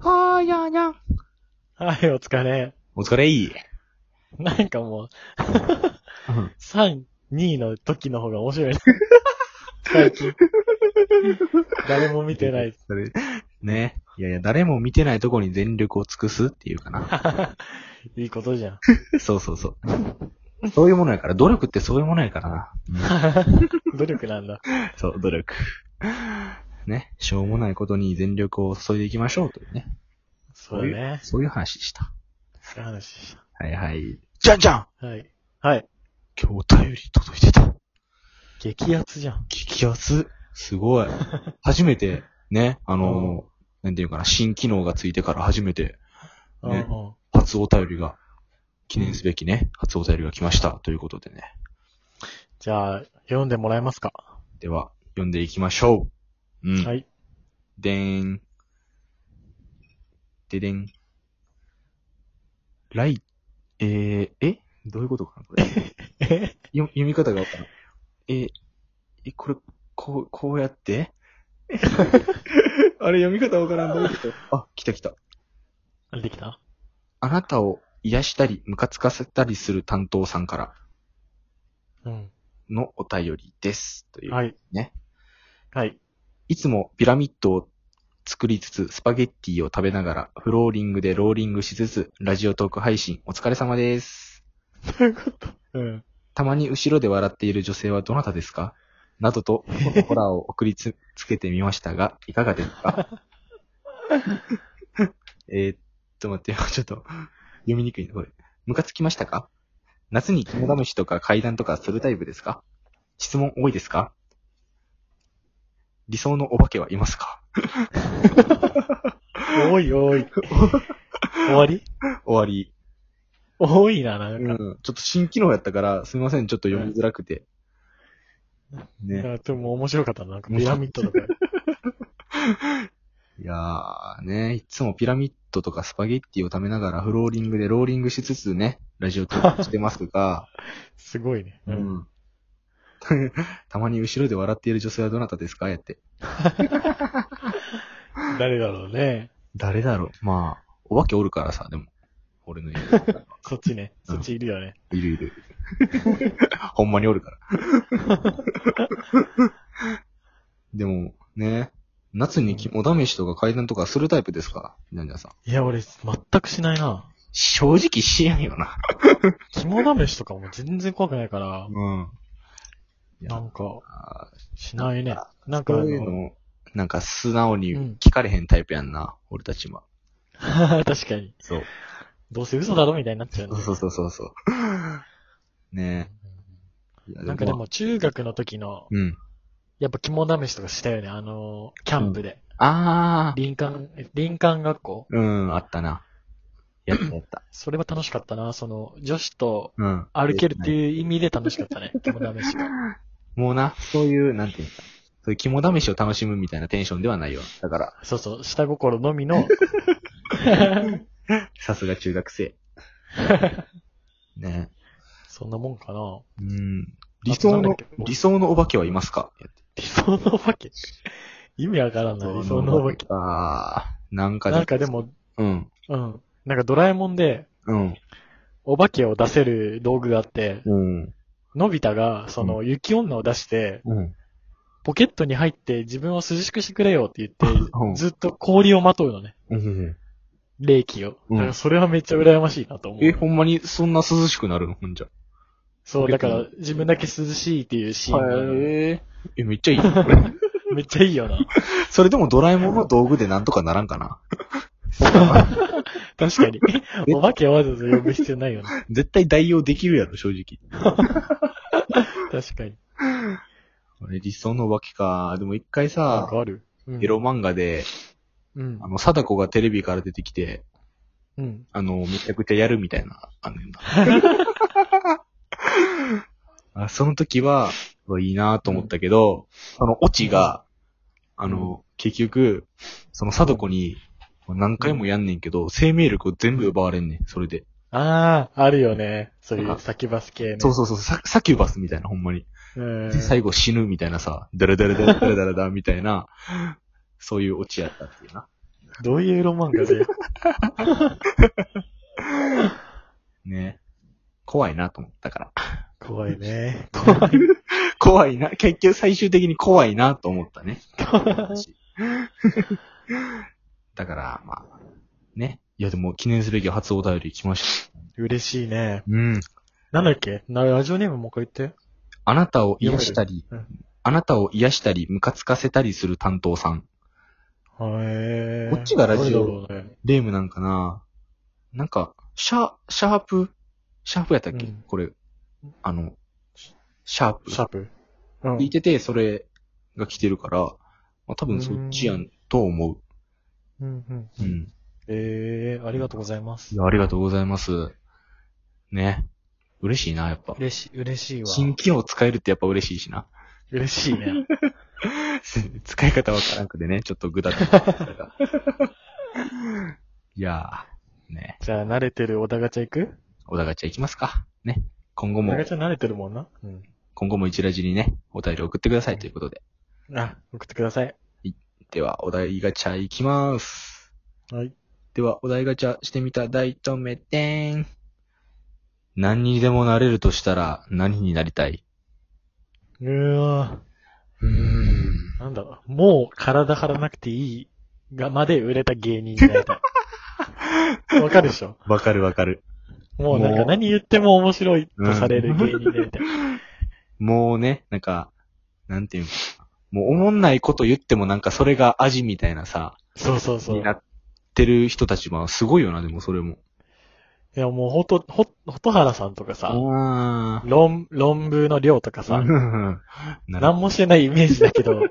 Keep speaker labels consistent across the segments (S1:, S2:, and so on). S1: はーやーにゃん。
S2: はい、お疲れ。
S1: お疲れい。
S2: なんかもう、3、2の時の方が面白いね。最近。誰も見てない。
S1: それね。いやいや、誰も見てないとこに全力を尽くすっていうかな。
S2: いいことじゃん。
S1: そうそうそう。そういうものやから、努力ってそういうものやからな。
S2: 努力なんだ。
S1: そう、努力。ね。しょうもないことに全力を注いでいきましょうというね。
S2: そうだね。
S1: そういう話でした。
S2: そういう話し
S1: はいはい。じゃんじゃん
S2: た。はい。はい。
S1: 今日お便り届いてた。
S2: 激アツじゃん。
S1: 激安。すごい。初めて、ね、あの、なんていうかな、新機能がついてから初めて、
S2: うん
S1: ね
S2: うん
S1: 初お便りが、記念すべきね、初お便りが来ました。ということでね。
S2: じゃあ、読んでもらえますか。
S1: では、読んでいきましょう。うん。
S2: はい。
S1: でーん。ででん。ライ、えー、えどういうことかなこ れ。
S2: え
S1: 読読み方がわからん。え、え、これ、こう、こうやって あれ読み方わからん。どういうことあ、来た来た。
S2: できた
S1: あなたを癒したり、ムカつかせたりする担当さんから
S2: うん。
S1: のお便りです。という。。
S2: はいい。
S1: ね。
S2: はい。
S1: つもピラミッドを作りつつ、スパゲッティを食べながら、フローリングでローリングしつつ、ラジオトーク配信、お疲れ様です。
S2: どういうこと うん。
S1: たまに後ろで笑っている女性はどなたですかなどと、ホラーを送りつつけてみましたが、いかがですか えーっと、待ってよ。ちょっと、読みにくいな、これ。ムカつきましたか夏に肝試しとか階段とかするタイプですか質問多いですか理想のお化けはいますか
S2: おい おい。終わり
S1: 終わり。
S2: 多いな、な
S1: うん
S2: か。
S1: ん。ちょっと新機能やったから、すみません、ちょっと読みづらくて。
S2: い
S1: ね。
S2: やでも面白かったな。なんかピラミッドとか。
S1: いやーね、いつもピラミッドとかスパゲッティを食べながらフローリングでローリングしつつね、ラジオトークしてますが、
S2: すごいね。
S1: う。ん。 たまに後ろで笑っている女性はどなたですかやって。
S2: 誰だろうね。
S1: 誰だろうまあ、お化けおるからさ、でも。俺の家に。
S2: そっちね。
S1: うん
S2: そっちいるよね。
S1: いるいる。 ほんまにおるから。でも、ね、夏に肝試しとか階段とかするタイプですかみなみなさん。
S2: いや、俺、全くしないな。
S1: 正直しやんよな。
S2: 肝試しとかも全然怖くないから、
S1: うん。いや
S2: なんか、
S1: あ
S2: しないね。なん
S1: ー
S2: かあ
S1: そ
S2: の
S1: ういうの、なんか素直に
S2: うん
S1: 聞かれへんタイプやんな、俺たちは。
S2: 確かに。
S1: そう。
S2: どうせ嘘だろみたいになっちゃうね。
S1: そうそうそうそう。ねえ。いや
S2: なんかで、も、中学の時の、
S1: うん。
S2: やっぱ肝試しとかしたよね。あの、キャンプで。
S1: あー。
S2: 林間、林間学校。
S1: うん、あったな。やったやった。
S2: それは楽しかったな。その、女子と
S1: うん。
S2: 歩けるっていう意味で楽しかった ね。肝試しが。
S1: もうな、そういう、なんていうんか、そういう肝試しを楽しむみたいなテンションではないよ。だから、
S2: そうそう、下心のみの。
S1: さすが中学 生。ね
S2: そんなもんかな。
S1: うん。理想の、理想のお化けはいますか
S2: 理想のお化け。意味わからんない、理想のお化け。。
S1: あー、なんか
S2: なんかで、も、
S1: うん、
S2: うん。なんかドラえもんで、
S1: うん、
S2: お化けを出せる道具があって、
S1: うん、
S2: のび太が、その、雪女を出して、
S1: うん、
S2: ポケットに入って自分を涼しくしてくれよって言って、
S1: うん
S2: ずっと氷をまとうのね。
S1: うん。
S2: 冷気を。
S1: うん
S2: だからそれはめっちゃ羨ましいなと思う。
S1: え、ほんまにそんな涼しくなるのほんじゃ。
S2: そう、だから自分だけ涼しいっていうシーンがある
S1: え、めっちゃい い。これ
S2: めっちゃいいよな。
S1: それでもドラえもんの道具でなんとかならんか な。
S2: 確 かに。お化けをわざわざ呼ぶ必要ないよな。
S1: 絶対代用できるやろ、正直。
S2: 確かに。
S1: 俺理想のお化けか。でも一回
S2: なん
S1: さ、
S2: かある。うん
S1: エロ漫画で、
S2: うん
S1: あ。の、貞子がテレビから出てきて、
S2: うん。
S1: あの、めちゃくちゃやるみたいな、あんねんなあその時は、うわいいなと思ったけど、そのオチが、あの、結局、その貞子に、何回もやんねんけど、生命力を全部奪われんねん、それで。
S2: ああ、あるよね。そうい
S1: なん
S2: う
S1: か
S2: 先バス系ね。
S1: そうそうそう、ササキュバスみたいな、ほんまに。
S2: うん。
S1: で最後死ぬみたいなさ、ダラダラダラダラダラダみたいな、そういうオチやったっていうな。
S2: どういうエロ漫画で。
S1: ね。怖いなと思ったから。
S2: 怖いね。
S1: 怖いな。結局最終的に怖いなと思ったね。 私だから、まあ、ね。いや、でも記念すべき初お便り来ました。
S2: 嬉しいね。
S1: うん。
S2: なんだっけなラジオネームもう一回言って。
S1: あなたを癒したり、
S2: 読める
S1: あなたを癒したり、ムカつかせたりする担当さん。
S2: へー
S1: こっちがラジオ
S2: どれだろうね
S1: レームなんかななんか、シャ、シャープシャープやったっけ、
S2: うん
S1: これ、あの、シャープ。
S2: シャープ。うん
S1: 聞いてて、それが来てるから、まあ多分そっちやんと思う。
S2: うんうん
S1: うん。
S2: ええー、ありがとうございま
S1: い
S2: す。
S1: や、ありがとうございます。ね。嬉しいな、やっぱ。
S2: 嬉しい、嬉しいわ。
S1: 新機能使えるってやっぱ嬉しいしな。
S2: 嬉しいね。
S1: 使い方わからんくでね、ちょっとグダグダ だったが。いやー、ね。
S2: じゃあ、慣れてるおだがちゃ行く
S1: 小田ガチャ行きますか。ね。今後
S2: お
S1: も
S2: だ、がちゃ慣れてるもんな。うん。
S1: 今後も一ラジにね、お便り送ってくださいということで。
S2: あ、送ってください。
S1: では、お題ガチャ行きます。
S2: はい。
S1: では、お題ガチャしてみた大止めてん。何にでもなれるとしたら何になりたいう
S2: わ
S1: うーん。
S2: ーなんだろう、もう体張らなくていいがまで売れた芸人になりた い。わかるでしょ
S1: わかるわかる。
S2: もうなん
S1: も
S2: か
S1: う
S2: 何言っても面白いとされる芸人にな りたい。
S1: もうね、なんか、なんていうのもう思んないこと言ってもなんかそれが味みたいなさ、
S2: そうそうそう。
S1: に
S2: い
S1: なってる人たちはすごいよな、でもそれも。
S2: や、もうほと、ほ、ほとはらさんとかさ、
S1: あ
S2: 論、論文の量とか
S1: あ。う
S2: さ、
S1: んなる
S2: 何もしてないイメージだ けど、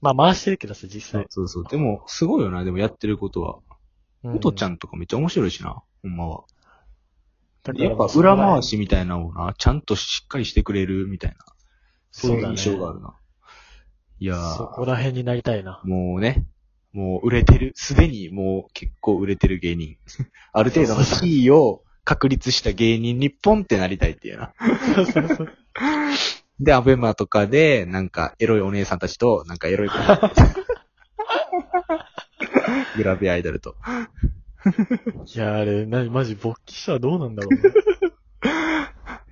S2: まあ回してるけどさ、実
S1: そう
S2: 際。
S1: そうそう。でも、すごいよな、でもやってることは。
S2: う
S1: おとちゃ
S2: ん。
S1: んとかめっちゃ面白いしな、ほんまは。
S2: だから
S1: やっぱ裏回しみたいなのをな、ちゃんとしっかりしてくれるみたいな。そういう印象があるな。いや
S2: そ
S1: ー、
S2: こら辺になりたいな。
S1: もうね、もう売れてる、すでにもう結構売れてる芸人。 ある程度の地位を確立した芸人日本ってなりたいっていう な。
S2: そうそうそう。
S1: で、アベマとかで、なんか、エロいお姉さんたちと、なんかエロい子たち グラビアアイドルと。
S2: いや、あれ、な、マジ勃起したらどうなんだろうね。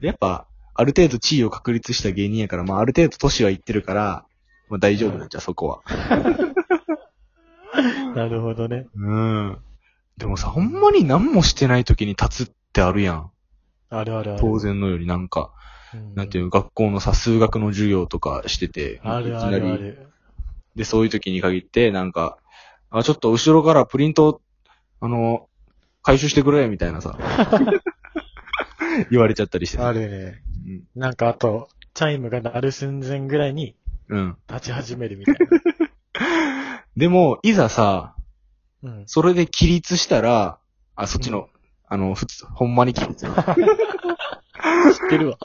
S1: やっぱ、ある程度地位を確立した芸人やから、まあある程度都市は行ってるから、まあ大丈夫なんじゃ、そこは。
S2: なるほどね。
S1: うん。でもさ、ほんまに何もしてない時に立つってあるやん。
S2: あるあるある。
S1: 当然のよりなんか、
S2: うん
S1: なんていうの、学校のさ、数学の授業とかしてて、
S2: あるあ
S1: いき
S2: る
S1: な
S2: あ
S1: り。
S2: る。
S1: で、そういう時に限って、なんか、あ、ちょっと後ろからプリント、あの、回収してくれ、みたいなさ。 言われちゃったりして
S2: あ
S1: さ。
S2: るね。
S1: うん
S2: なんかあと、チャイムが鳴る寸前ぐらいに
S1: うん。
S2: 立ち始めるみたい
S1: でも、いざさ、
S2: な。 うん。
S1: それで起立したら、あ、そっちの、あの、普通、ほんまに起立。い
S2: 知ってるわ。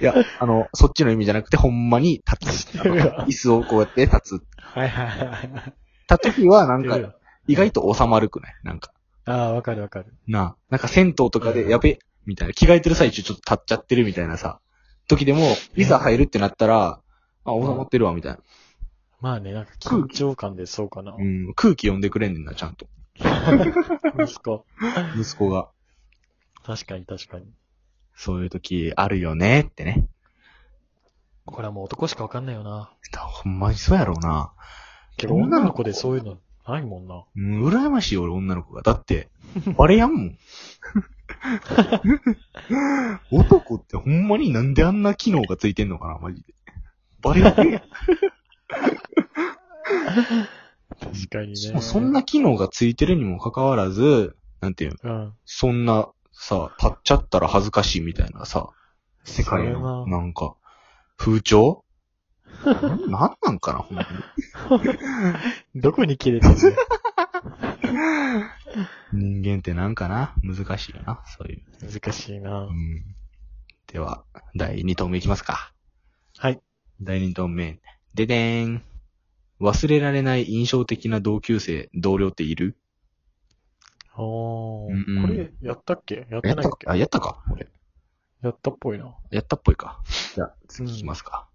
S1: や、あの、そっちの意味じゃなくて、ほんまに立
S2: 知
S1: つ。
S2: っ
S1: あ
S2: て
S1: の
S2: るわ
S1: 椅子をこうやって立つ。
S2: はいはいはいはい。
S1: た時は、なん
S2: 知ってる
S1: か、
S2: わ
S1: 意外と収まるくないなんか。
S2: ああ、わかるわかる。
S1: なあ。なんか銭湯とかで、やべ、みたいな。着替えてる最中ちょっと立っちゃってるみたいなさ。時でも、いざ入るってなったら、あ、収まってるわ、みたいな。
S2: まあね、なんか緊張感でそうかな
S1: う。ん。空気読んでくれんねんな、ちゃんと。
S2: 息子。
S1: 息子が。
S2: 確かに確かに。
S1: そういう時、あるよね、ってね。
S2: これはもう男しかわかんないよな。
S1: ほんまにそうやろうな。
S2: けど女の子でそういうのないもんな。
S1: うん、羨ましいよ、俺、女の子が。だって、あれやんも ん。男ってほんまになんであんな機能がついてんのかな、マジで。バレるやん。
S2: 確かにね。
S1: もうそん。な機能がついてるにもかかわらず、なんていうの、
S2: うん。
S1: そんな、さ、立っちゃったら恥ずかしいみたいなさ、世界
S2: それは
S1: の、なんか、風潮 なんなんなんかな、ほんま
S2: どこに切れてる
S1: に。人間ってなんかな、難しいな、そういう。
S2: 難しいな
S1: う。ん。では、第2投目いきますか。
S2: はい。
S1: 第二問目。ででーん。忘れられない印象的な同級生、同僚っている
S2: おー。
S1: うんうん
S2: これ、やったっけやって
S1: やっ
S2: ない
S1: た
S2: っ
S1: か
S2: け
S1: あ、やったか俺。
S2: やったっぽいな。
S1: やったっぽいか。じゃあ、次
S2: うん
S1: いきますか。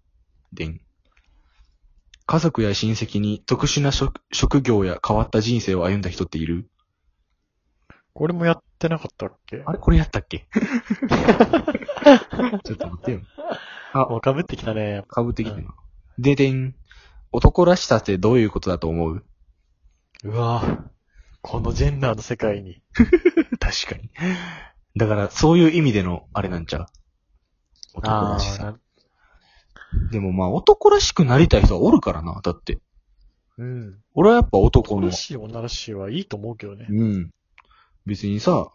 S1: でん。家族や親戚に特殊な職職業や変わった人生を歩んだ人っている
S2: これもやってなかったっけ
S1: あれこれやったっ けちょっと待ってよ。
S2: もう被ってきたね。
S1: かぶってきてる。ででん。男らしさってどういうことだと思う
S2: うわぁ。このジェンダーの世界に。
S1: 確かに。だから、そういう意味での、あれなんちゃう男
S2: あ
S1: らし
S2: あ
S1: さ。
S2: な、
S1: でもまあ、男らしくなりたい人はおるからな、だって。
S2: うん。
S1: 俺はやっぱ男
S2: 男
S1: の
S2: ら、しい女らしいはいいと思うけどね
S1: う。ん。別にさ、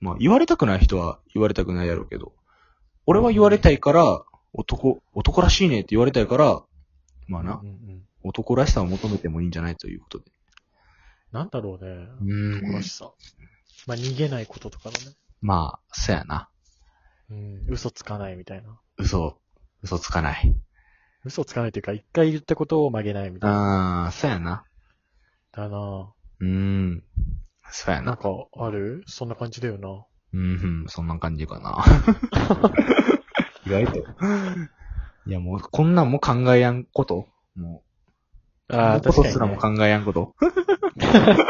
S1: まあ、言われたくない人は言われたくないやろうけど、俺は言われたいから、男、男らしいねって言われたいから、まあな
S2: うん、うん。
S1: 男らしさを求めてもいいんじゃないということで。
S2: なんだろうね。
S1: う
S2: 男らしさ。まあ、逃げないこととかのね。
S1: まあ、そやな。
S2: うん。嘘つかないみたいな。
S1: 嘘、嘘つかない。
S2: 嘘つかないというか、一回言ったことを曲げないみたいな。
S1: あー、そやな。
S2: だな
S1: うーん。そや
S2: ぁ。なん
S1: な。
S2: か、あるそんな感じだよな。
S1: うんふん、そんな感じかな。意外と。いやもう、こんなんも考えやんこともう、
S2: ああ、
S1: こ
S2: 確
S1: と
S2: かに、
S1: すらも考えやんこと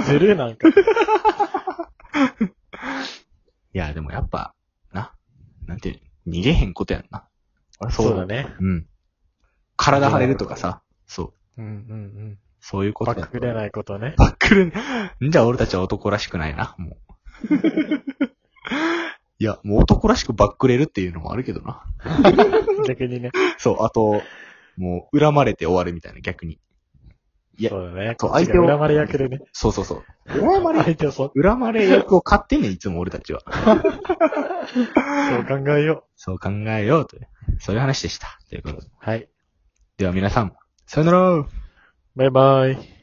S2: ずるいなんか。
S1: いや、でもやっぱ、な、なんて、逃げへんことやんな。俺
S2: そうだ。ね。
S1: うん。体張れるとかさ、そう。
S2: うんうん
S1: そういう
S2: う
S1: こ
S2: ん。
S1: と
S2: バ
S1: や
S2: ックれないこと ね。
S1: バックル。じゃあ俺たちは男らしくないな、もう。いや、もう男らしくバックれるっていうのもあるけどな。
S2: 逆にね。
S1: そう、あと、もう、恨まれて終わるみたいな、逆に。いや
S2: そうだね。
S1: そう
S2: こっち
S1: 相手を
S2: が恨まれ役でね。
S1: そうそうそう。恨まれ、
S2: 相手をそう、
S1: 恨まれ役を買ってんねん、いつも俺たちは。
S2: そう考えよ
S1: そう考えようという。そういう話でした。ということで。
S2: う。はい。
S1: では皆さん、さよなら
S2: バイバイ。